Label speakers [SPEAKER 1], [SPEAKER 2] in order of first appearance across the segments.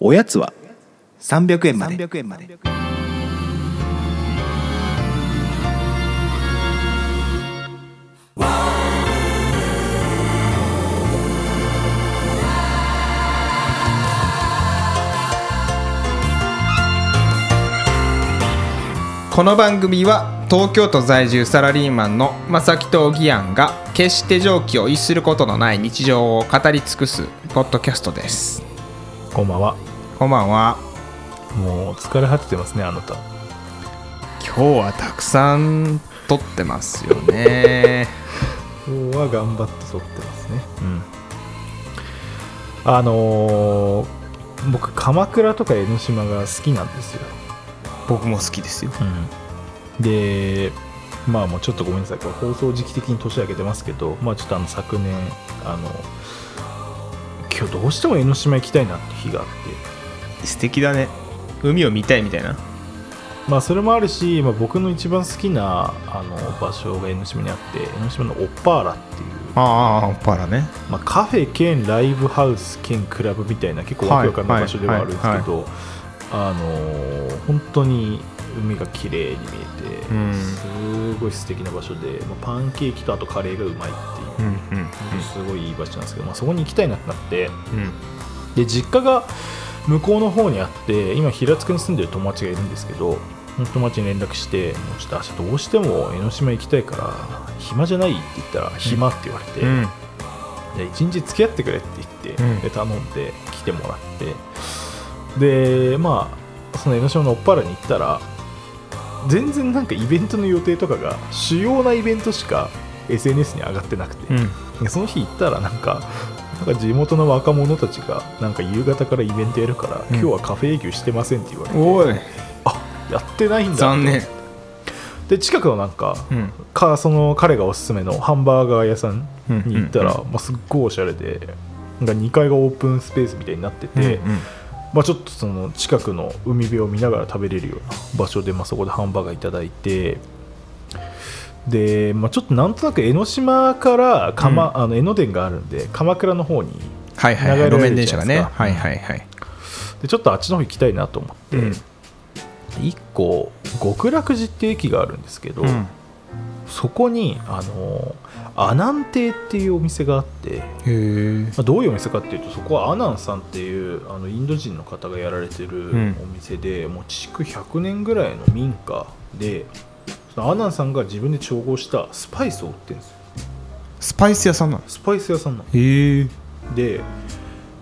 [SPEAKER 1] おやつは
[SPEAKER 2] 300円まで
[SPEAKER 3] 300円まで
[SPEAKER 4] この番組は東京都在住サラリーマンの正木とおぎやんが決して常軌を逸することのない日常を語り尽くすポッドキャストです
[SPEAKER 5] こんばんは。
[SPEAKER 4] こんばんは
[SPEAKER 5] もう疲れ果ててますね、あなた。
[SPEAKER 4] 今日はたくさん撮ってますよね
[SPEAKER 5] 今日は頑張って撮ってますね。うん。あのー僕、鎌倉とか江ノ島が好きなんですよ。
[SPEAKER 4] 僕も好きですよ
[SPEAKER 5] うん。で、まあもうちょっとごめんなさい、これ放送時期的に年明けてますけど、まあちょっとあの昨年、あの、今日どうしても江ノ島行きたいなって日があって。
[SPEAKER 4] 素敵だね海を見たいみたいな
[SPEAKER 5] まあそれもあるし、まあ、僕の一番好きなあの場所が江ノ島にあって江ノ島のオッパーラっていう、
[SPEAKER 4] ああパラね
[SPEAKER 5] まあ、カフェ兼ライブハウス兼クラブみたいな結構
[SPEAKER 4] は
[SPEAKER 5] わけ
[SPEAKER 4] い
[SPEAKER 5] わかんない場所ではあるんですけどあのー本当に海が綺麗に見えて、
[SPEAKER 4] うん
[SPEAKER 5] すごい素敵な場所で、まあ、パンケーキとあとカレーがうまいっていう
[SPEAKER 4] うん
[SPEAKER 5] すごいいい場所なんですけど、まあ、そこに行きたいなってなって
[SPEAKER 4] うんうん
[SPEAKER 5] で実家が向こうの方にあって今平塚に住んでる友達がいるんですけどその友達に連絡してもうちょっと明日どうしても江ノ島行きたいから暇じゃないって言ったら暇って言われて、
[SPEAKER 4] うん
[SPEAKER 5] で1日付き合ってくれって言って、
[SPEAKER 4] うん
[SPEAKER 5] で頼んで来てもらってでまあその江ノ島のおっぱらに行ったら全然なんかイベントの予定とかが主要なイベントしか SNS に上がってなくて、
[SPEAKER 4] うん
[SPEAKER 5] でその日行ったらなんかなんか地元の若者たちがなんか夕方からイベントやるから、
[SPEAKER 4] ん
[SPEAKER 5] 今日はカフェ営業してませんって言われて
[SPEAKER 4] おい
[SPEAKER 5] あやってないんだって
[SPEAKER 4] 残念
[SPEAKER 5] で近くのなんか,、
[SPEAKER 4] うん
[SPEAKER 5] かその彼がおすすめのハンバーガー屋さんに行ったら、
[SPEAKER 4] うん
[SPEAKER 5] まあ、すっごいおしゃれでなんか2階がオープンスペースみたいになってて、
[SPEAKER 4] うんうん
[SPEAKER 5] まあ、ちょっとその近くの海辺を見ながら食べれるような場所で、まあ、そこでハンバーガーいただいてで、まあ、ちょっとなんとなく江ノ島から鎌、あの江ノ電があるんで鎌倉の方に
[SPEAKER 4] はいはい、はい、
[SPEAKER 5] 流れる
[SPEAKER 4] 路面電車がね
[SPEAKER 5] じゃないですか
[SPEAKER 4] はいはいはい
[SPEAKER 5] でちょっとあっちの方行きたいなと思って、
[SPEAKER 4] うん
[SPEAKER 5] 1個極楽寺って駅があるんですけど、
[SPEAKER 4] うん
[SPEAKER 5] そこにあの阿南亭っていうお店があって、ま
[SPEAKER 4] へえ
[SPEAKER 5] あ、どういうお店かっていうとそこは阿南さんっていうあのインド人の方がやられてる
[SPEAKER 4] うん
[SPEAKER 5] お店で、もう築100年ぐらいの民家でその阿南さんが自分で調合したスパイスを売ってるんですよ
[SPEAKER 4] スパイス屋さんなの
[SPEAKER 5] スパイス屋さんなんです
[SPEAKER 4] へえ
[SPEAKER 5] で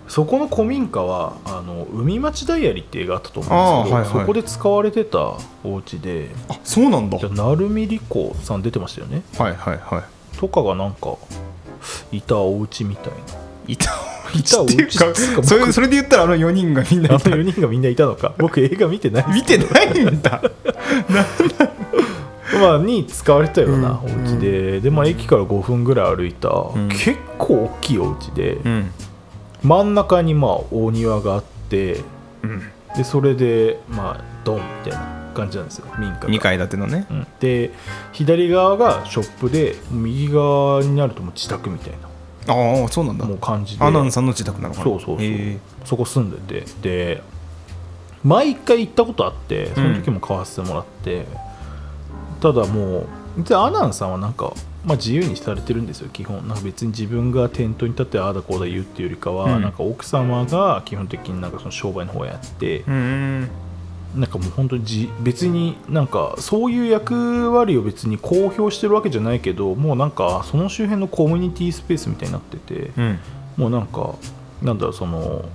[SPEAKER 5] そこの古民家は「あの海町ダイアリー」って映画あったと思うんですけど、
[SPEAKER 4] あーはいはい
[SPEAKER 5] そこで使われてたお家で
[SPEAKER 4] あそうなんだ
[SPEAKER 5] じゃあ鳴海理子さん出てましたよね
[SPEAKER 4] はいはいは
[SPEAKER 5] とかがなんかいたお家みたいない
[SPEAKER 4] いた
[SPEAKER 5] いたお
[SPEAKER 4] って
[SPEAKER 5] 家
[SPEAKER 4] い
[SPEAKER 5] っ
[SPEAKER 4] う
[SPEAKER 5] つうか
[SPEAKER 4] かそれそれで言ったらあの4人がみん
[SPEAKER 5] あ
[SPEAKER 4] な
[SPEAKER 5] の
[SPEAKER 4] いた
[SPEAKER 5] 4人がみんないたの か僕映画見てない
[SPEAKER 4] 見てないんだ
[SPEAKER 5] まあに使われてたようなお家で、でまあ駅から5分ぐらい歩いた、
[SPEAKER 4] ん
[SPEAKER 5] 結構大きいお家で、
[SPEAKER 4] うん
[SPEAKER 5] 真ん中にまあ大庭があって
[SPEAKER 4] うん
[SPEAKER 5] でそれでまあドンみたいな感じなんですよ民家が
[SPEAKER 4] 2階建てのね
[SPEAKER 5] うんで左側がショップで右側になるともう自宅みたい
[SPEAKER 4] ああそうなんだ
[SPEAKER 5] なもう感じで
[SPEAKER 4] アナンさんの自宅なのかな
[SPEAKER 5] そうそうそう、
[SPEAKER 4] へ
[SPEAKER 5] そこ住んでてで毎回行ったことあってその時も買わせてもらって、ただもうでアナンさんはなんか、まあ、自由にされてるんですよ基本なんか別に自分が店頭に立ってああだこうだ言うっていうよりかは、
[SPEAKER 4] うん
[SPEAKER 5] なんか奥様が基本的になんかその商売の方やって、
[SPEAKER 4] えうん
[SPEAKER 5] なんかもう本当にじ別になんかそういう役割を別に公表してるわけじゃないけどもうなんかその周辺のコミュニティスペースみたいになってて、
[SPEAKER 4] うん
[SPEAKER 5] もうなんかなんだろうその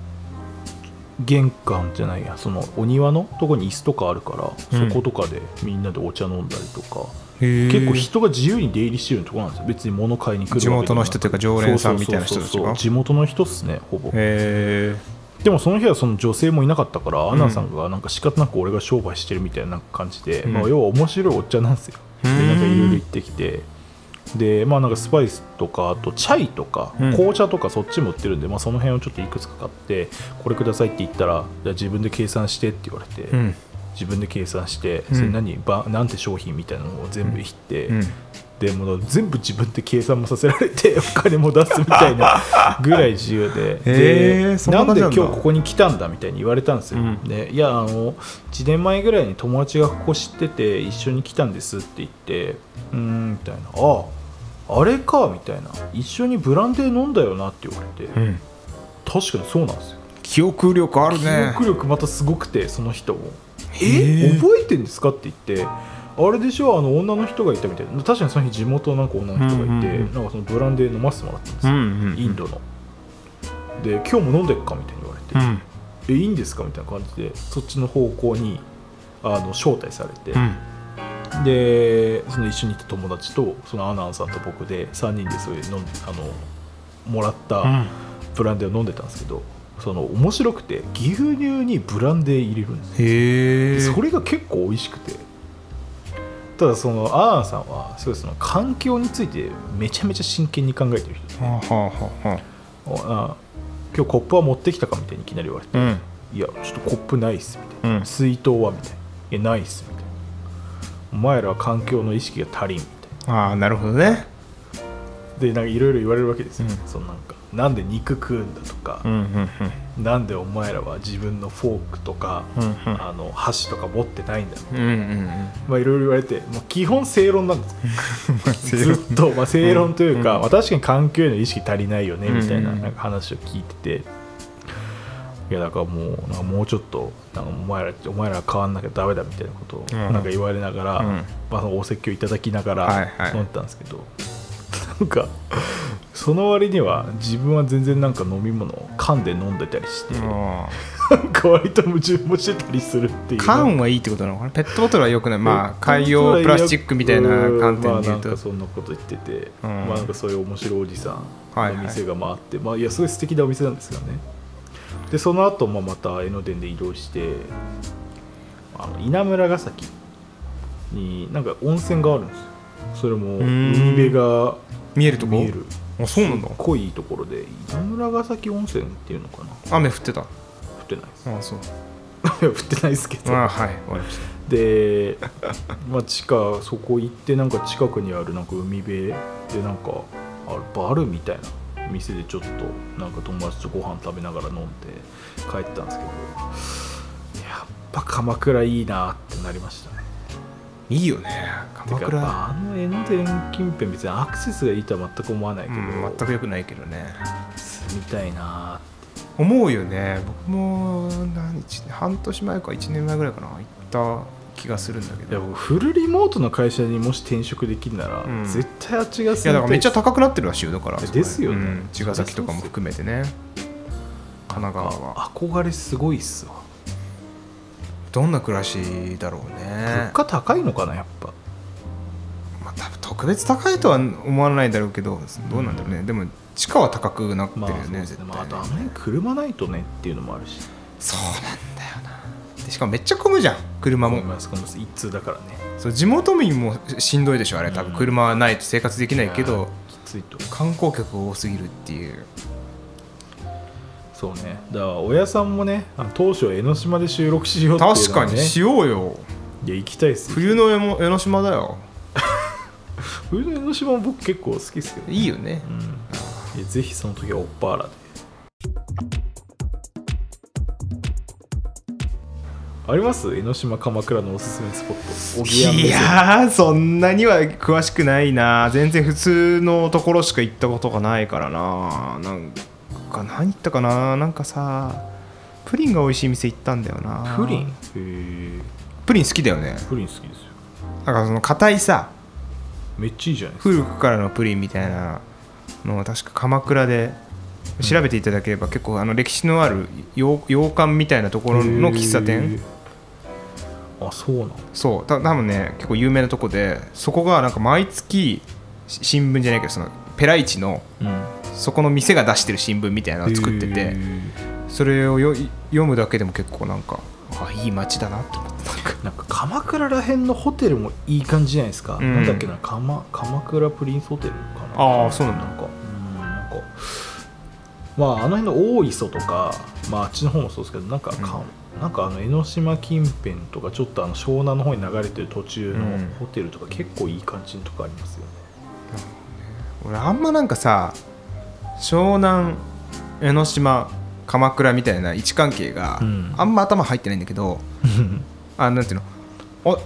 [SPEAKER 5] 玄関じゃないやそのお庭のとこに椅子とかあるから、
[SPEAKER 4] うん
[SPEAKER 5] そことかでみんなでお茶飲んだりとか
[SPEAKER 4] へえ
[SPEAKER 5] 結構人が自由に出入りしてるとこなんですよ別に物買いに来るわけ
[SPEAKER 4] 地
[SPEAKER 5] でもなく
[SPEAKER 4] 元の人というか常連さんみたいな人たち
[SPEAKER 5] そうそうそうそ
[SPEAKER 4] が
[SPEAKER 5] う地元の人っすねほぼ
[SPEAKER 4] へえ
[SPEAKER 5] でもその日はその女性もいなかったから、アナさんがなんか仕方なく俺が商売してるみたいな感じで、
[SPEAKER 4] ん
[SPEAKER 5] まあ、要は面白いおっちゃんなんですよ。で
[SPEAKER 4] うん
[SPEAKER 5] なんかいろいろ行ってきてでまあなんかスパイスとかあとチャイとか
[SPEAKER 4] うん
[SPEAKER 5] 紅茶とかそっちも売ってるんで、まあ、その辺をちょっといくつか買ってこれくださいって言ったらじゃあ自分で計算してって言われて、
[SPEAKER 4] うん
[SPEAKER 5] 自分で計算して、
[SPEAKER 4] うん
[SPEAKER 5] それ何ばなんて商品みたいなのを全部引って、
[SPEAKER 4] うん
[SPEAKER 5] でもう全部自分で計算もさせられて お金も出すみたい なぐらい自由で
[SPEAKER 4] へー
[SPEAKER 5] で
[SPEAKER 4] そんな
[SPEAKER 5] な
[SPEAKER 4] 感
[SPEAKER 5] ん
[SPEAKER 4] じ
[SPEAKER 5] で
[SPEAKER 4] な
[SPEAKER 5] 今
[SPEAKER 4] ん
[SPEAKER 5] 日
[SPEAKER 4] だ
[SPEAKER 5] ここに来たんだみたいに言われたんですよ、
[SPEAKER 4] うん
[SPEAKER 5] でいやあの1年前ぐらいに友達がここ知ってて一緒に来たんですって言ってうーんみたいなあああれかみたいな一緒にブランデー飲んだよなって言われて、
[SPEAKER 4] うん
[SPEAKER 5] 確かにそうなんですよ
[SPEAKER 4] 記憶力ある
[SPEAKER 5] 記
[SPEAKER 4] ね
[SPEAKER 5] 憶力またすごくてその人も「
[SPEAKER 4] へ
[SPEAKER 5] え
[SPEAKER 4] ー
[SPEAKER 5] 覚えてんですか?」って言って「あれでしょあの女の人がいたみたいな確かにその日地元のなんか女の人がいて、
[SPEAKER 4] うんうんうん
[SPEAKER 5] なんかそのブランデー飲ませてもらったんですよ、
[SPEAKER 4] ん
[SPEAKER 5] インドので「今日も飲んでっか?」みたいに言われて「
[SPEAKER 4] うん
[SPEAKER 5] えいいんですか?」みたいな感じでそっちの方向にあの招待されて、
[SPEAKER 4] うん
[SPEAKER 5] でその一緒に行った友達とそのアナウンサーと僕で3人でそういう飲んあのもらった、
[SPEAKER 4] うん
[SPEAKER 5] ブランデーを飲んでたんですけどその面白くて牛乳にブランデー入れるんですよ
[SPEAKER 4] へえ
[SPEAKER 5] それが結構美味しくてただそのアーンさんはそうですその環境についてめちゃめちゃ真剣に考えてる人で
[SPEAKER 4] はあはあは
[SPEAKER 5] おあ今日コップは持ってきたかみたいにいきなり言われて
[SPEAKER 4] あうん
[SPEAKER 5] いやちょっとコップないっすみたいな、
[SPEAKER 4] うん
[SPEAKER 5] 水筒はみたいないやないっすみたいなお前らは環境の意識が足りんみたいな
[SPEAKER 4] ああなるほどね
[SPEAKER 5] でなんかいろいろ言われるわけですよ、
[SPEAKER 4] うん
[SPEAKER 5] そのなんかなんで肉食うんだとか、
[SPEAKER 4] んうん
[SPEAKER 5] なんでお前らは自分のフォークとか、
[SPEAKER 4] うんうん
[SPEAKER 5] あの箸とか持ってないんだ
[SPEAKER 4] うんうん
[SPEAKER 5] まあいろいろ言われて、まあ、基本正論なんです
[SPEAKER 4] 正
[SPEAKER 5] ずっと、まあ、正論というか、
[SPEAKER 4] うん
[SPEAKER 5] まあ、確かに環境への意識足りないよねみたいな
[SPEAKER 4] うん
[SPEAKER 5] なんか話を聞いてて、いやだからもうなんかもうちょっとなんかお前らお前らは変わんなきゃダメだみたいなことを
[SPEAKER 4] うん
[SPEAKER 5] なんか言われながら、
[SPEAKER 4] うん
[SPEAKER 5] まあ、そのお説教いただきなが
[SPEAKER 4] はい
[SPEAKER 5] ら
[SPEAKER 4] はい
[SPEAKER 5] 飲んでたんですけど、 なんかその割には自分は全然なんか飲み物を缶で飲んでたりして、
[SPEAKER 4] うん
[SPEAKER 5] なんか割と矛盾もしてたりするっていう
[SPEAKER 4] 缶はいいってことなのかなペットボトルはよくないまあ海洋プラスチックみたいな観点で
[SPEAKER 5] まあ、な
[SPEAKER 4] 言うんと、
[SPEAKER 5] かそんなこと言ってて、
[SPEAKER 4] うん
[SPEAKER 5] まあなんかそういう面白いおじさん
[SPEAKER 4] はい
[SPEAKER 5] の
[SPEAKER 4] はい
[SPEAKER 5] 店が回って、いまあいやすごい素敵なお店なんですよねでその後まあまた江ノ電で移動してあの稲村ヶ崎になんか温泉があるんですよそれも
[SPEAKER 4] うーん
[SPEAKER 5] 海辺が
[SPEAKER 4] 見えるとこ
[SPEAKER 5] 見える
[SPEAKER 4] あそうなんだ
[SPEAKER 5] 濃いいいところで稲村ヶ崎温泉っていうのかな
[SPEAKER 4] 雨降ってたあ
[SPEAKER 5] 降ってないです
[SPEAKER 4] あそう
[SPEAKER 5] 降ってないですけど
[SPEAKER 4] ああはいわかりまし
[SPEAKER 5] で、まあ、地下そこ行ってなんか近くにあるなんか海辺でなんかあバルみたいな店でちょっとなんか友達とご飯食べながら飲んで帰ったんですけどやっぱ鎌倉いいなってなりましたね
[SPEAKER 4] たいいよね鎌
[SPEAKER 5] てかやっ
[SPEAKER 4] 倉
[SPEAKER 5] ぱあの江ノ電近辺別にアクセスがいいとは全く思わないけ
[SPEAKER 4] う
[SPEAKER 5] ど、
[SPEAKER 4] ん全く良くないけどね
[SPEAKER 5] 住みたいな
[SPEAKER 4] 思うよね僕も何一半年前か1年前ぐらいかな行った気がするんだけ
[SPEAKER 5] いや
[SPEAKER 4] ど
[SPEAKER 5] 僕フルリモートの会社にもし転職できるなら、
[SPEAKER 4] うん
[SPEAKER 5] 絶対あっちが住みたい
[SPEAKER 4] いやだからめっちゃ
[SPEAKER 5] 高
[SPEAKER 4] 高くなってるらしいよだから
[SPEAKER 5] ですよね
[SPEAKER 4] うん茅ヶ崎とかも含めてね神奈川は
[SPEAKER 5] 憧れすごいっすわ
[SPEAKER 4] どんな暮らしだろうね
[SPEAKER 5] 物、価高いのかなやっぱ
[SPEAKER 4] まあ、多分特別高いとは思わないだろうけどどうなんだろうね、でも地価は高くなってるよね、
[SPEAKER 5] そうです
[SPEAKER 4] 絶対ね、
[SPEAKER 5] まあ、あとあの辺車ないとねっていうのもあるし
[SPEAKER 4] そうなんだよなでしかもめっちゃ混むじゃん車も、
[SPEAKER 5] 思いますこの一通だからね
[SPEAKER 4] そう地元民もしんどいでしょあれ多分
[SPEAKER 5] うん
[SPEAKER 4] 車はないと生活できないけ
[SPEAKER 5] いや
[SPEAKER 4] ど、
[SPEAKER 5] きついと
[SPEAKER 4] 観光客が多すぎるっていう
[SPEAKER 5] そうねだから親さんもねあの当初江ノ島で収録しようっていうのは、ね、
[SPEAKER 4] 確かにしようよ
[SPEAKER 5] いや行きたいっすよ
[SPEAKER 4] 冬の江も江ノ島だよ
[SPEAKER 5] 冬の江ノ島も僕結構好きっすけどね
[SPEAKER 4] いいよね
[SPEAKER 5] うんいやぜひその時はおっぱらであります江ノ島鎌倉のおすすめスポットおぎやん目
[SPEAKER 4] い
[SPEAKER 5] 線
[SPEAKER 4] やーそんなには詳しくないな全然普通のところしか行ったことがないからななんか何行ったかななんかさプリンが美味しい店行ったんだよな
[SPEAKER 5] プリンへ
[SPEAKER 4] プリン好きだよね
[SPEAKER 5] えプリン好きですよ
[SPEAKER 4] なんかその硬いさ
[SPEAKER 5] めっちゃいいじゃないですか
[SPEAKER 4] 古くからのプリンみたいなのを確か鎌倉で調べていただければ、結構あの歴史のある洋洋館みたいなところの喫茶店、
[SPEAKER 5] へーあそうなんだ
[SPEAKER 4] そうた多分ね結構有名なとこでそこがなんか毎月し新聞じゃないけどそのペライチのそこの店が出してる新聞みたいなのを作って
[SPEAKER 5] へ
[SPEAKER 4] てそれをよ読むだけでも結構なんかあいい街だなと思ってなんか
[SPEAKER 5] ーなんか鎌倉らへんのホテルもいい感じじゃないですか、
[SPEAKER 4] うん
[SPEAKER 5] なんだっけな鎌鎌倉プリンスホテルかな
[SPEAKER 4] あーそうなんだ
[SPEAKER 5] なんかうんなんかまああの辺の大磯とか、まあ、あっちの方もそうですけどなんかか、なんかあの江ノ島近辺とかちょっとあの湘南の方に流れてる途中
[SPEAKER 4] う
[SPEAKER 5] の
[SPEAKER 4] ん
[SPEAKER 5] ホテルとか結構いい感じのとこあり ますよね、
[SPEAKER 4] 俺あんまなんかさ湘南江ノ島鎌倉みたいな位置関係が
[SPEAKER 5] うん
[SPEAKER 4] あんま頭入ってないんだけど、あなんていうのお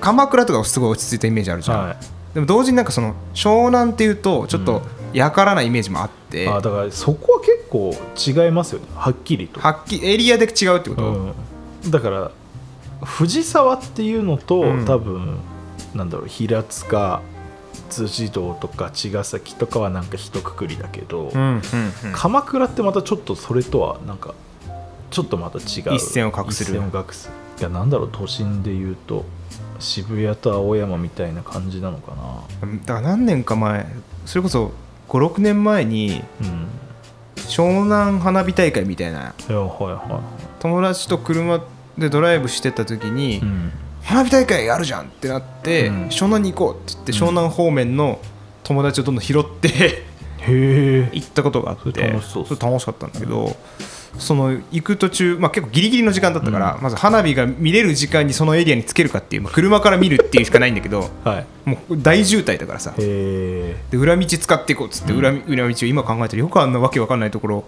[SPEAKER 4] 鎌倉とかすごい落ち着いたイメージあるじゃん、
[SPEAKER 5] は
[SPEAKER 4] でも同時になんかその湘南っていうとちょっ
[SPEAKER 5] う
[SPEAKER 4] とやからなイメージもあっ
[SPEAKER 5] い、
[SPEAKER 4] て、
[SPEAKER 5] あだからそこは結構違いますよねはっきりと
[SPEAKER 4] はっきりエリアで違うってこと、
[SPEAKER 5] うん、だから藤沢っていうのと、
[SPEAKER 4] うん
[SPEAKER 5] 多分なんだろう平塚辻堂とか茅ヶ崎とかはなんか一括りだけど、
[SPEAKER 4] うんうん
[SPEAKER 5] 鎌倉ってまたちょっとそれとはなんかちょっとまた違う
[SPEAKER 4] 一線を画する
[SPEAKER 5] 一線を画すいやなんだろう都心でいうと渋谷と青山みたいな感じなのかな
[SPEAKER 4] うんだから何年か前それこそ56年前に
[SPEAKER 5] うん
[SPEAKER 4] 湘南花火大会みたいない
[SPEAKER 5] やはいは
[SPEAKER 4] 友達と車でドライブしてた時に、
[SPEAKER 5] い、うん、
[SPEAKER 4] 花火大会あるじゃんってなって、
[SPEAKER 5] うん
[SPEAKER 4] 湘南に行こうって言って
[SPEAKER 5] うん
[SPEAKER 4] 湘南方面の友達をどんどん拾って
[SPEAKER 5] へえ
[SPEAKER 4] 行ったことがあ
[SPEAKER 5] そ
[SPEAKER 4] って
[SPEAKER 5] れ楽しそうっす
[SPEAKER 4] れ楽しかったんだけど、その行く途中、まあ、結構ギリギリの時間だったから、まず花火が見れる時間にそのエリアにつけるかっていう、まあ車から見るっていうしかないんだけど
[SPEAKER 5] はい
[SPEAKER 4] もう大渋滞だからさ
[SPEAKER 5] へえ
[SPEAKER 4] で裏道使っていこうっつって裏,、裏道を今考えたらよくあんなわけわかんないところ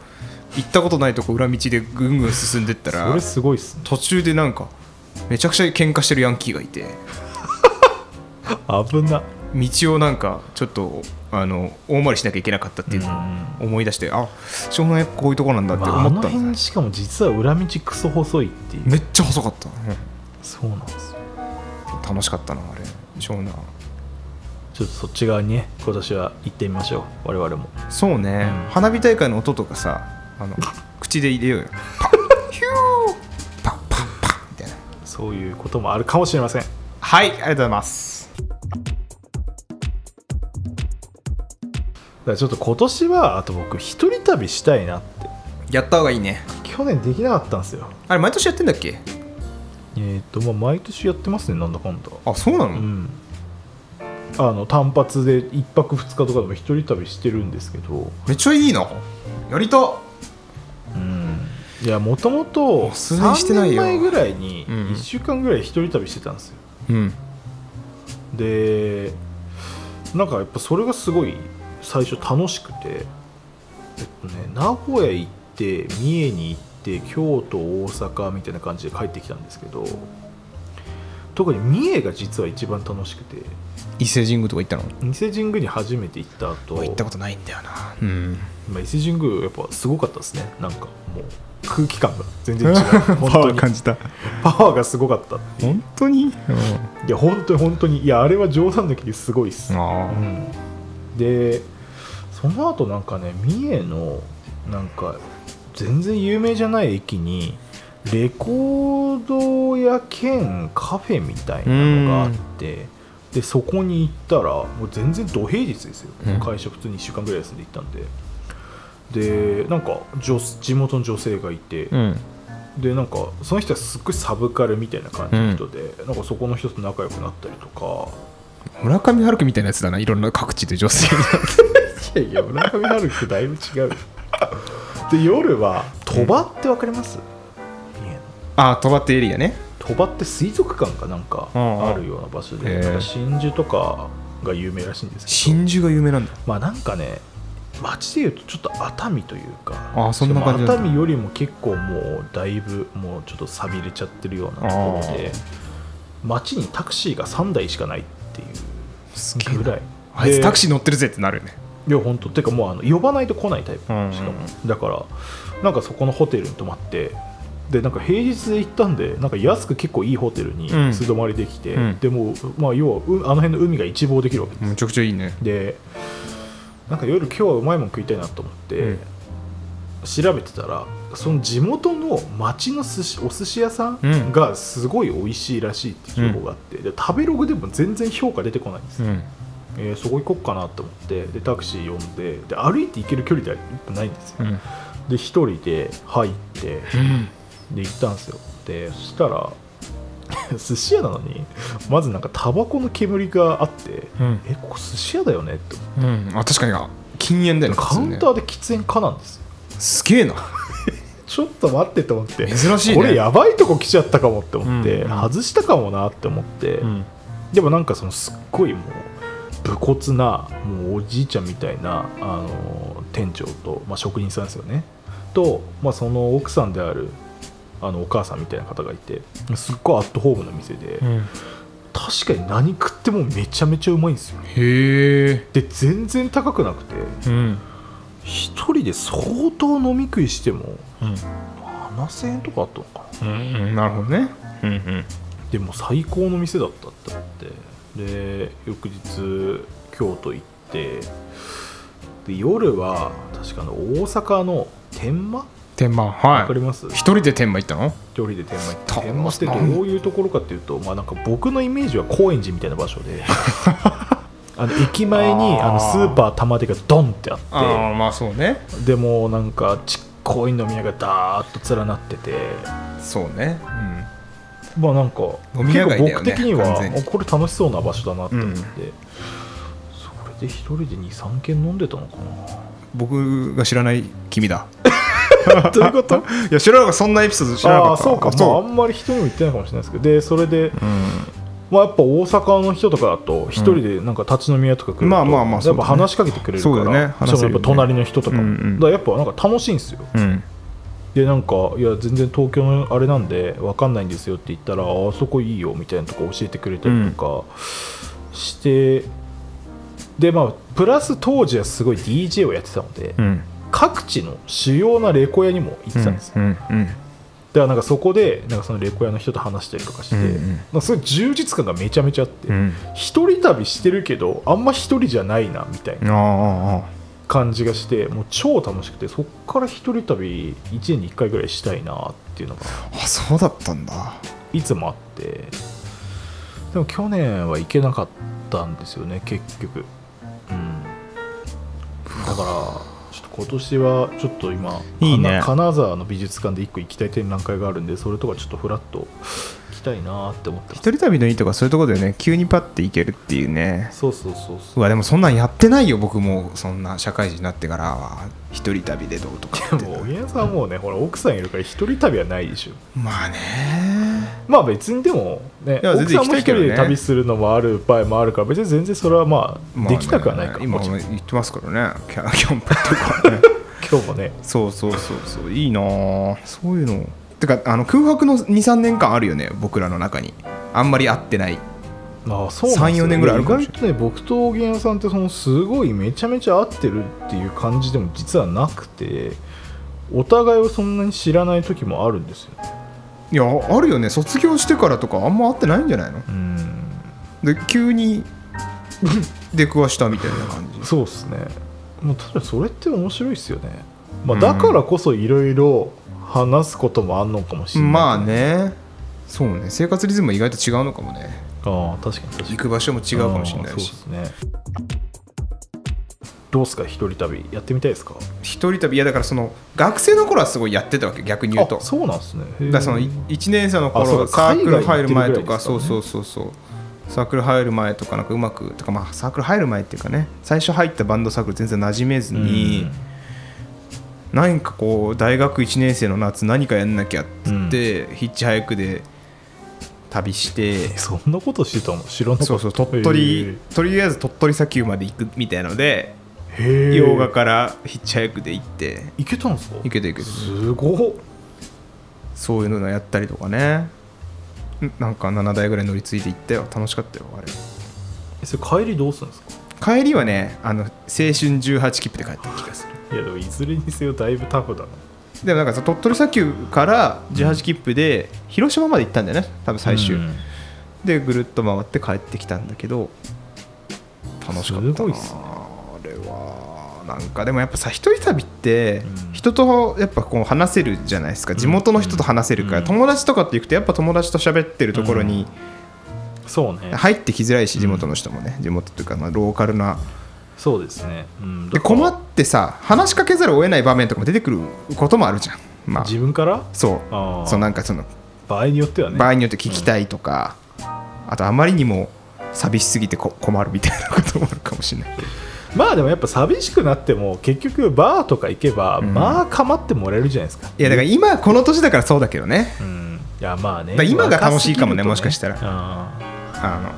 [SPEAKER 4] 行ったことないとこ裏道でぐんぐん進んでったら
[SPEAKER 5] それすごいっすね
[SPEAKER 4] 途中でなんかめちゃくちゃ喧嘩してるヤンキーがいて。
[SPEAKER 5] 危な
[SPEAKER 4] 道をなんかちょっとあの大回りしなきゃいけなかったっていうのを思い出して、あ湘南やっぱこういうとこなんだって
[SPEAKER 5] まあ、あ
[SPEAKER 4] 思っ
[SPEAKER 5] の
[SPEAKER 4] たんですね、
[SPEAKER 5] 辺しかも実は裏道クソ細いっていう
[SPEAKER 4] めっちゃ細かった、
[SPEAKER 5] そうなんですよ
[SPEAKER 4] うん楽しかったなあれ湘南
[SPEAKER 5] ちょっとそっち側にね今年は行ってみましょう我々も
[SPEAKER 4] そうね、
[SPEAKER 5] うん
[SPEAKER 4] 花火大会の音とかさあ の口で入れようよパッ ヒューパッパッパッみたいな
[SPEAKER 5] そういうこともあるかもしれません
[SPEAKER 4] はいありがとうございます
[SPEAKER 5] だからちょっと今年はあと僕一人旅したいなって
[SPEAKER 4] やった方がいいね
[SPEAKER 5] 去年できなかったんですよ
[SPEAKER 4] あれ毎年やってんだっけ
[SPEAKER 5] えっ、とまあ毎年やってますねなんだかんだ
[SPEAKER 4] あそうなの、
[SPEAKER 5] うんあの単発で1泊2日とかでも一人旅してるんですけど
[SPEAKER 4] めっちゃいいなやりた
[SPEAKER 5] うんいやもともと
[SPEAKER 4] う数年してないよ
[SPEAKER 5] 3年前ぐらいに
[SPEAKER 4] うん
[SPEAKER 5] 1週間ぐらい一人旅してたんですよ、
[SPEAKER 4] うん
[SPEAKER 5] でなんかやっぱそれがすごい最初楽しくて、えっとね、名古屋行って三重に行って京都大阪みたいな感じで帰ってきたんですけど特に三重が実は一番楽しくて
[SPEAKER 4] 伊勢神宮とか行ったの
[SPEAKER 5] 伊勢神宮に初めて行った後
[SPEAKER 4] 行ったことないんだよなうん
[SPEAKER 5] まあ、伊勢神宮やっぱすごかったですねなんかもう空気感が全 然違う本当に
[SPEAKER 4] じた
[SPEAKER 5] パワーがすごかった
[SPEAKER 4] 本当に、
[SPEAKER 5] いや本当に本当にいやあれは冗談抜きですごいっす
[SPEAKER 4] ああ
[SPEAKER 5] でその後なんかね三重のなんか全然有名じゃない駅にレコード屋兼カフェみたいなのがあってでそこに行ったらもう全然土平日ですよ、
[SPEAKER 4] うん
[SPEAKER 5] 会社普通に1週間ぐらい休んで行ったんででなんか女地元の女性がいて、
[SPEAKER 4] うん
[SPEAKER 5] でなんかその人はすっごいサブカルみたいな感じの人で、なんかそこの人と仲良くなったりとか
[SPEAKER 4] 村上春樹みたいなやつだないろんな各地で女性が
[SPEAKER 5] いやいや村上春樹とだいぶ違うよで夜は鳥羽ってわかります、三重の
[SPEAKER 4] ああ飛ばってエリアね
[SPEAKER 5] 鳥羽って水族館かなんか
[SPEAKER 4] うんうん
[SPEAKER 5] あるような場所で、
[SPEAKER 4] へえ
[SPEAKER 5] なんか真珠とかが有名らしいんですけど
[SPEAKER 4] 真珠が有名なんだ
[SPEAKER 5] まあなんかね街でいうとちょっと熱海というか
[SPEAKER 4] あそんな感じなんだ
[SPEAKER 5] 熱海よりも結構もうだいぶもうちょっと錆びれちゃってるようなところで街にタクシーが3台しかないっていう
[SPEAKER 4] す
[SPEAKER 5] ぐらい
[SPEAKER 4] あいつ
[SPEAKER 5] で
[SPEAKER 4] タクシー乗ってるぜってなるよね
[SPEAKER 5] いや本当てかもうあの呼ばないと来ないタイプしか
[SPEAKER 4] うんうんう
[SPEAKER 5] も
[SPEAKER 4] ん
[SPEAKER 5] だからなんかそこのホテルに泊まってでなんか平日で行ったんでなんか安く結構いいホテルに
[SPEAKER 4] うん
[SPEAKER 5] 素泊まりできて、
[SPEAKER 4] うん
[SPEAKER 5] でもう、まあ、要はうあの辺の海が一望できるわけです
[SPEAKER 4] めちゃくちゃいいね
[SPEAKER 5] でなんか夜今日はうまいもん食いたいなと思って、
[SPEAKER 4] うん
[SPEAKER 5] 調べてたらその地元の町の寿司お寿司屋さ
[SPEAKER 4] うん
[SPEAKER 5] んがすごい美味しいらしいっていう情報があって、で食べログでも全然評価出てこないんですよ、
[SPEAKER 4] ん
[SPEAKER 5] えーそこ行こっかなと思ってでタクシー呼んでで歩いて行ける距離ではないんですよ、
[SPEAKER 4] うん
[SPEAKER 5] で一人で入ってで行ったんですよでそしたら 寿司屋なのにまずなんかタバコの煙があって、
[SPEAKER 4] うん
[SPEAKER 5] えここ寿司屋だよねって思って
[SPEAKER 4] うんあ確かにあ禁煙だよね
[SPEAKER 5] カウンタ
[SPEAKER 4] ー
[SPEAKER 5] ーで喫煙家なんですよ
[SPEAKER 4] すげえな
[SPEAKER 5] ちょっと待ってと思って
[SPEAKER 4] 珍しいね
[SPEAKER 5] これやばいとこ来ちゃったかもって思って、
[SPEAKER 4] うんうん
[SPEAKER 5] 外したかもなって思って、でもなんかそのすっごいもう武骨なもうおじいちゃんみたいなあの店長と、まあ、職人さんですよねと、まあ、その奥さんであるあのお母さんみたいな方がいてすっごいアットホームな店で、確かに何食ってもめちゃめちゃうまいんですよ
[SPEAKER 4] へえ
[SPEAKER 5] で全然高くなくて
[SPEAKER 4] うん
[SPEAKER 5] 一人で相当飲み食いしても7000円とかあったのかな
[SPEAKER 4] うんなるほどねうんうん
[SPEAKER 5] でも最高の店だったって思ってで翌日京都行ってで夜は確かの大阪の天満
[SPEAKER 4] 天満
[SPEAKER 5] わ
[SPEAKER 4] は
[SPEAKER 5] か
[SPEAKER 4] い
[SPEAKER 5] ります
[SPEAKER 4] 一人で天満行ったの
[SPEAKER 5] 一人で天満行って
[SPEAKER 4] 天満
[SPEAKER 5] 天満ってどういうところかっていうと、まあ、なんか僕のイメージは高円寺みたいな場所 であの駅前に
[SPEAKER 4] あー
[SPEAKER 5] あのスーパー玉手がドンってあって
[SPEAKER 4] ああまあそうね
[SPEAKER 5] でもうなんかちっこい飲み屋がダーッと連なってて
[SPEAKER 4] そうね
[SPEAKER 5] まあなんか
[SPEAKER 4] 飲み屋街だよね
[SPEAKER 5] 結構僕的には
[SPEAKER 4] 完全に
[SPEAKER 5] あこれ楽しそうな場所だなって思って、
[SPEAKER 4] うん
[SPEAKER 5] それで一人で23軒飲んでたのか
[SPEAKER 4] 僕が知らない 君だ
[SPEAKER 5] なということ
[SPEAKER 4] いや知らなかったそんなエピソード知らなか
[SPEAKER 5] あ
[SPEAKER 4] っ
[SPEAKER 5] あ
[SPEAKER 4] た
[SPEAKER 5] そうかまああ
[SPEAKER 4] そ
[SPEAKER 5] んまり人にも言ってないかもしれないですけどでそれで、
[SPEAKER 4] ううん
[SPEAKER 5] まあ、やっぱ大阪の人とかだと一人でなんか立ち飲み屋とか来ると、
[SPEAKER 4] まあまあまあ
[SPEAKER 5] や
[SPEAKER 4] そう
[SPEAKER 5] っ
[SPEAKER 4] だ
[SPEAKER 5] ぱ
[SPEAKER 4] ね
[SPEAKER 5] 話しかけてくれるから
[SPEAKER 4] そうだよね話せるよね
[SPEAKER 5] そのやっぱ隣の人とかも、
[SPEAKER 4] うんうん
[SPEAKER 5] だからやっぱなんか楽しいんですよ
[SPEAKER 4] うん
[SPEAKER 5] でなんかいや全然東京のあれなんで分かんないんですよって言ったらああそこいいよみたいなとこ教えてくれたりとかして、でまあプラス当時はすごい DJ をやってたので、
[SPEAKER 4] うん
[SPEAKER 5] 各地の主要なレコ屋にも行ってたんですよ、
[SPEAKER 4] うんうん
[SPEAKER 5] だからなんかそこでなんかそのレコ屋の人と話したりとかして、
[SPEAKER 4] うんうん
[SPEAKER 5] なんかすごい充実感がめちゃめちゃあって、
[SPEAKER 4] うん
[SPEAKER 5] 一人旅してるけどあんま一人じゃないなみたいな
[SPEAKER 4] ああああ
[SPEAKER 5] 感じがしてもう超楽しくてそっから一人旅1年に1回ぐらいしたいなっていうのが
[SPEAKER 4] あそうだったんだ
[SPEAKER 5] いつもあってでも去年は行けなかったんですよね結局うんだからちょっと今年はちょっと今
[SPEAKER 4] いいね
[SPEAKER 5] かな金沢の美術館で1個行きたい展覧会があるんでそれとかちょっとフラッと行きたいなって思ってます
[SPEAKER 4] 一人旅のいいとかそういうとこだよね急にパッて行けるっていうね
[SPEAKER 5] そうそうそうそう
[SPEAKER 4] うわでもそんなんやってないよ僕もそんな社会人になってからは一人旅でどうとかって
[SPEAKER 5] でもおげんさんはもうねほら奥さんいるから一人旅はないでしょ
[SPEAKER 4] まあね
[SPEAKER 5] まあ別にでもね
[SPEAKER 4] いや全
[SPEAKER 5] 奥
[SPEAKER 4] 然
[SPEAKER 5] さん
[SPEAKER 4] 行き
[SPEAKER 5] も
[SPEAKER 4] た
[SPEAKER 5] 一
[SPEAKER 4] いけ
[SPEAKER 5] 人
[SPEAKER 4] どね
[SPEAKER 5] で旅するのもある場合もあるから別に全然それはま
[SPEAKER 4] ま
[SPEAKER 5] あ
[SPEAKER 4] あ
[SPEAKER 5] できなくはないか、
[SPEAKER 4] 今
[SPEAKER 5] もちろん
[SPEAKER 4] も行ってますからねキャキャンプと かね
[SPEAKER 5] 今日もね
[SPEAKER 4] そうそうそうそういいなあそういうのてかあの空白の23年間あるよね僕らの中にあんまり会ってない
[SPEAKER 5] ああそうなんですよ
[SPEAKER 4] 3-4年ぐらいあるかもしれ
[SPEAKER 5] 意外とね僕と芸人さんってそのすごいめちゃめちゃ合ってるっていう感じでも実はなくてお互いをそんなに知らない時もあるんですよ
[SPEAKER 4] いやあるよね卒業してからとかあんま会ってないんじゃないの
[SPEAKER 5] うん
[SPEAKER 4] で急に出くわしたみたいな感じ
[SPEAKER 5] そうっすねもうただそれって面白いっすよね、まあ、だからこそいろいろ話すこともあんのかもしれない、
[SPEAKER 4] まあねそうね生活リズムも意外と違うのかもね
[SPEAKER 5] ああ確かに確かに
[SPEAKER 4] 行く場所も違うかもしれな
[SPEAKER 5] あ
[SPEAKER 4] い
[SPEAKER 5] あそ
[SPEAKER 4] し
[SPEAKER 5] うですねどうっすか一人旅やってみたいですか
[SPEAKER 4] 一人旅いやだからその学生の頃はすごいやってたわけ逆に言うと
[SPEAKER 5] あそうなんですねへえ
[SPEAKER 4] だからそのい1年生の
[SPEAKER 5] あそう
[SPEAKER 4] 頃
[SPEAKER 5] か
[SPEAKER 4] サークル入
[SPEAKER 5] 海外行って
[SPEAKER 4] る前と
[SPEAKER 5] るぐらいで
[SPEAKER 4] か
[SPEAKER 5] すから
[SPEAKER 4] そ
[SPEAKER 5] ね
[SPEAKER 4] うそうそうそうサークル入る前とかなんかうまくとかまあサークル入る前っていうかね最初入ったバンドサークル全然馴染めずに、何かこう大学1年生の夏何かやんなきゃっつって、ヒッチハイクで旅して
[SPEAKER 5] えそんなことしてたの知らなかった
[SPEAKER 4] そうそう鳥
[SPEAKER 5] へ
[SPEAKER 4] 取とりあえず鳥取砂丘まで行くみたいので
[SPEAKER 5] えへえ
[SPEAKER 4] 洋画からヒッチハイクで行って
[SPEAKER 5] 行けたんですか
[SPEAKER 4] 行けて行けて
[SPEAKER 5] すごっ
[SPEAKER 4] そういうのやったりとかねんなんか7台ぐらい乗り継いで行ったよ楽しかったよあれ
[SPEAKER 5] えそれ帰りどうするんですか
[SPEAKER 4] 帰りはねあの青春18切符で帰った気がする
[SPEAKER 5] いやでもいずれにせよだいぶタフだな
[SPEAKER 4] でもなんかさ鳥取砂丘から18切符で広島まで行ったんだよね多分最終、
[SPEAKER 5] うん
[SPEAKER 4] でぐるっと回って帰ってきたんだけど楽しかったな
[SPEAKER 5] すごいっすね
[SPEAKER 4] あれはなんかでもやっぱさ一人旅って
[SPEAKER 5] うん
[SPEAKER 4] 人とやっぱこう話せるじゃないですか地元の人と話せるから、
[SPEAKER 5] うん
[SPEAKER 4] 友達とかって行くとやっぱ友達と喋ってるところに
[SPEAKER 5] そうね
[SPEAKER 4] 入ってきづらいし
[SPEAKER 5] ん
[SPEAKER 4] 地元の人もね地元というかまあローカルな
[SPEAKER 5] そうですね、うん、
[SPEAKER 4] で
[SPEAKER 5] だから
[SPEAKER 4] 困ってさ話しかけざるを得ない場面とかも出てくることもあるじゃんまあ
[SPEAKER 5] 自分から
[SPEAKER 4] そ
[SPEAKER 5] あー
[SPEAKER 4] うそうなんかその
[SPEAKER 5] 場合によってはね
[SPEAKER 4] 場合によって聞きたいとか、あとあまりにも寂しすぎてこ困るみたいなこともあるかもしれないけど
[SPEAKER 5] まあでもやっぱ寂しくなっても結局バーとか行けば、
[SPEAKER 4] ん
[SPEAKER 5] まあ構ってもらえるじゃないですか
[SPEAKER 4] いやだから今この年だからそうだけどね
[SPEAKER 5] うんいやまあね
[SPEAKER 4] だから今が楽しいかもね
[SPEAKER 5] 若
[SPEAKER 4] も
[SPEAKER 5] す
[SPEAKER 4] し
[SPEAKER 5] ぎ
[SPEAKER 4] か
[SPEAKER 5] ると
[SPEAKER 4] したら
[SPEAKER 5] うん
[SPEAKER 4] あ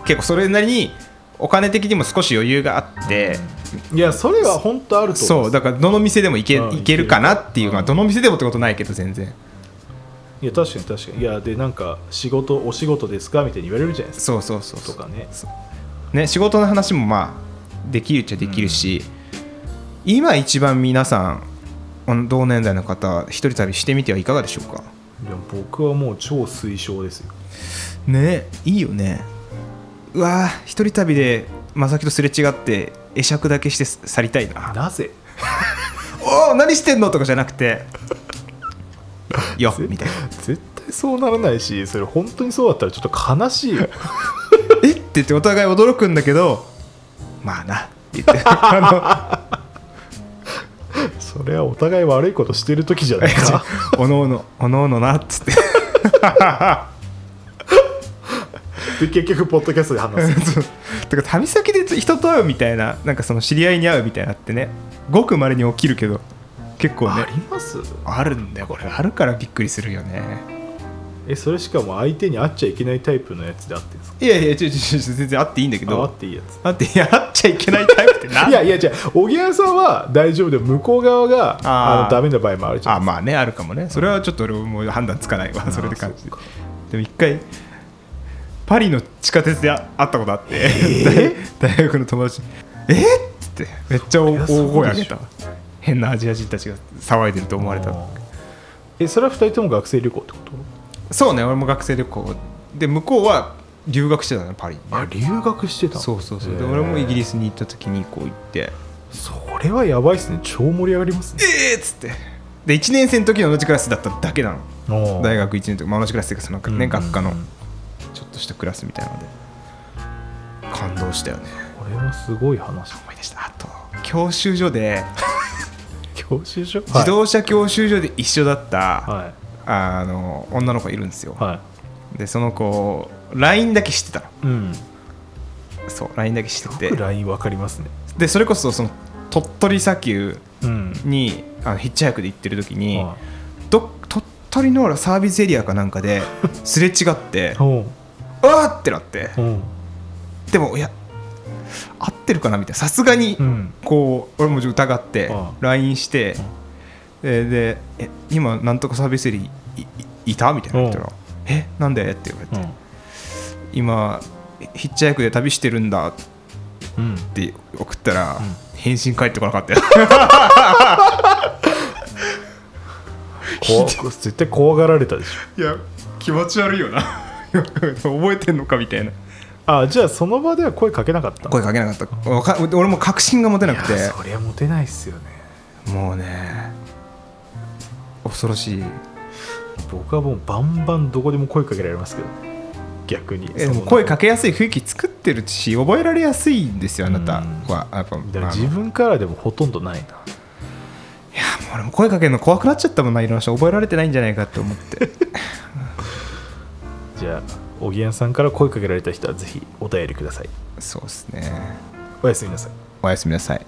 [SPEAKER 4] の結構それなりにお金的にも少し余裕があって、
[SPEAKER 5] いやそれは本当あると思
[SPEAKER 4] そうだからどの店でも行け
[SPEAKER 5] うん
[SPEAKER 4] 行けるかなっていう、
[SPEAKER 5] うん
[SPEAKER 4] まあ、どの店でもってことないけど全然
[SPEAKER 5] いや確かに確かにいやでなんか仕事お仕事ですかみたいに言われるじゃないですか
[SPEAKER 4] そうそうそうそ
[SPEAKER 5] と
[SPEAKER 4] う
[SPEAKER 5] かね
[SPEAKER 4] ね、仕事の話もまあできるっちゃできるし、今一番皆さん同年代の方一人旅してみてはいかがでしょうか
[SPEAKER 5] いや僕はもう超推奨ですよ
[SPEAKER 4] ねいいよねうわー一人旅で正木とすれ違って会釈だけして去りたいな
[SPEAKER 5] なぜ
[SPEAKER 4] おお何してんのとかじゃなくてよみたいな
[SPEAKER 5] 絶対そうならないしそれ本当にそうだったらちょっと悲しい よ
[SPEAKER 4] えって言ってお互い驚くんだけどまあなって言 ってあ
[SPEAKER 5] それはお互い悪いことしてる時じゃないか
[SPEAKER 4] のおのおのおのおのなっつって
[SPEAKER 5] で結局ポッドキャストで話す
[SPEAKER 4] てか旅先で人と会うみたいななんかその知り合いに会うみたいなってねごくまれに起きるけど結構ね
[SPEAKER 5] あります
[SPEAKER 4] あるんだよこれあるからびっくりするよね
[SPEAKER 5] えそれしかも相手に会っちゃいけないタイプのやつで会ってるんですか
[SPEAKER 4] いやいやちょちょちょ全然会っていいんだけ
[SPEAKER 5] あ会
[SPEAKER 4] ど
[SPEAKER 5] っていいやつ
[SPEAKER 4] 会っていや会っちゃいけないタイプってな
[SPEAKER 5] いやいやじゃあ小木屋さんは大丈夫で向こう側が
[SPEAKER 4] あー
[SPEAKER 5] あのダメな場合もあるじゃん
[SPEAKER 4] あまあねあるかもねそれはちょっと俺もう判断つかないわそれで感じででも一回パリの地下鉄で会ったことあって、 大大学の友達に「えっ?」ってめっちゃ大
[SPEAKER 5] そりゃそう
[SPEAKER 4] 大声上
[SPEAKER 5] で
[SPEAKER 4] げ
[SPEAKER 5] しょ
[SPEAKER 4] た変なアジア人たちが騒いでると思われた
[SPEAKER 5] あーえそれは2人とも学生旅行ってこと
[SPEAKER 4] そうね俺も学生旅行で向こうは留学してたのパリにね
[SPEAKER 5] あ留学してた
[SPEAKER 4] そうそうそうで俺もイギリスに行った時にこう行って
[SPEAKER 5] スそれはやばいっすね超盛り上がります
[SPEAKER 4] 「
[SPEAKER 5] ね
[SPEAKER 4] えっ!」っつってで1年生の時の同じクラスだっただけなの大
[SPEAKER 5] 大
[SPEAKER 4] 学1年とか、まあ、同じクラスっていうかその、ね
[SPEAKER 5] うんうんうん
[SPEAKER 4] 学科のちょっとしたクラスみたいなので感動したよね
[SPEAKER 5] これはすごい話
[SPEAKER 4] 思い出したあと教習所で
[SPEAKER 5] 教習所
[SPEAKER 4] 自動車教習所で一緒だった、
[SPEAKER 5] はい
[SPEAKER 4] あの女の子いるんですよ、
[SPEAKER 5] は
[SPEAKER 4] でその子 LINE だけ知ってた
[SPEAKER 5] いうん
[SPEAKER 4] のそう LINE だけ知って
[SPEAKER 5] よく
[SPEAKER 4] て
[SPEAKER 5] LINE 分かりますね
[SPEAKER 4] でそれこそその鳥取砂丘
[SPEAKER 5] うん
[SPEAKER 4] にあのヒッチハイクで行ってる時に、
[SPEAKER 5] は
[SPEAKER 4] ど鳥取のサービスエリアかなん かですれ違って
[SPEAKER 5] いおう
[SPEAKER 4] うわーってなって
[SPEAKER 5] おう
[SPEAKER 4] でもいや合ってるかなみたいなさすがに
[SPEAKER 5] うん
[SPEAKER 4] こう俺も疑って
[SPEAKER 5] ああ
[SPEAKER 4] LINE してえーでえ今なんとかサービスエリいいいたみたいな言った
[SPEAKER 5] う
[SPEAKER 4] ら
[SPEAKER 5] ん
[SPEAKER 4] 「えなんで?」って言われ
[SPEAKER 5] う
[SPEAKER 4] て
[SPEAKER 5] ん
[SPEAKER 4] 「今ヒッチハイクで旅してるんだ」っ
[SPEAKER 5] うん
[SPEAKER 4] て送ったら
[SPEAKER 5] ん
[SPEAKER 4] 返信返ってこなかったよ
[SPEAKER 5] 怖絶対怖がられたでしょ
[SPEAKER 4] いや気持ち悪いよな 覚えてんのかみたいな
[SPEAKER 5] あじゃあその場では声かけなかった
[SPEAKER 4] 声かけなかったわか俺も確信が持てなくて
[SPEAKER 5] いやそりゃモテないっすよね
[SPEAKER 4] もうね恐ろしい
[SPEAKER 5] 僕はもうバンバンどこでも声かけられますけど逆に
[SPEAKER 4] えでも声かけやすい雰囲気作ってるし覚えられやすいんですよあなたはやっ
[SPEAKER 5] だ
[SPEAKER 4] ぱ
[SPEAKER 5] から
[SPEAKER 4] あの
[SPEAKER 5] 自分からでもほとんどないな
[SPEAKER 4] 俺も声かけるの怖くなっちゃったもんないろんな人覚えられてないんじゃないかって思って
[SPEAKER 5] じゃあおぎやんさんから声かけられた人はぜひお便りください
[SPEAKER 4] そうですね
[SPEAKER 5] おやすみなさい
[SPEAKER 4] おやすみなさい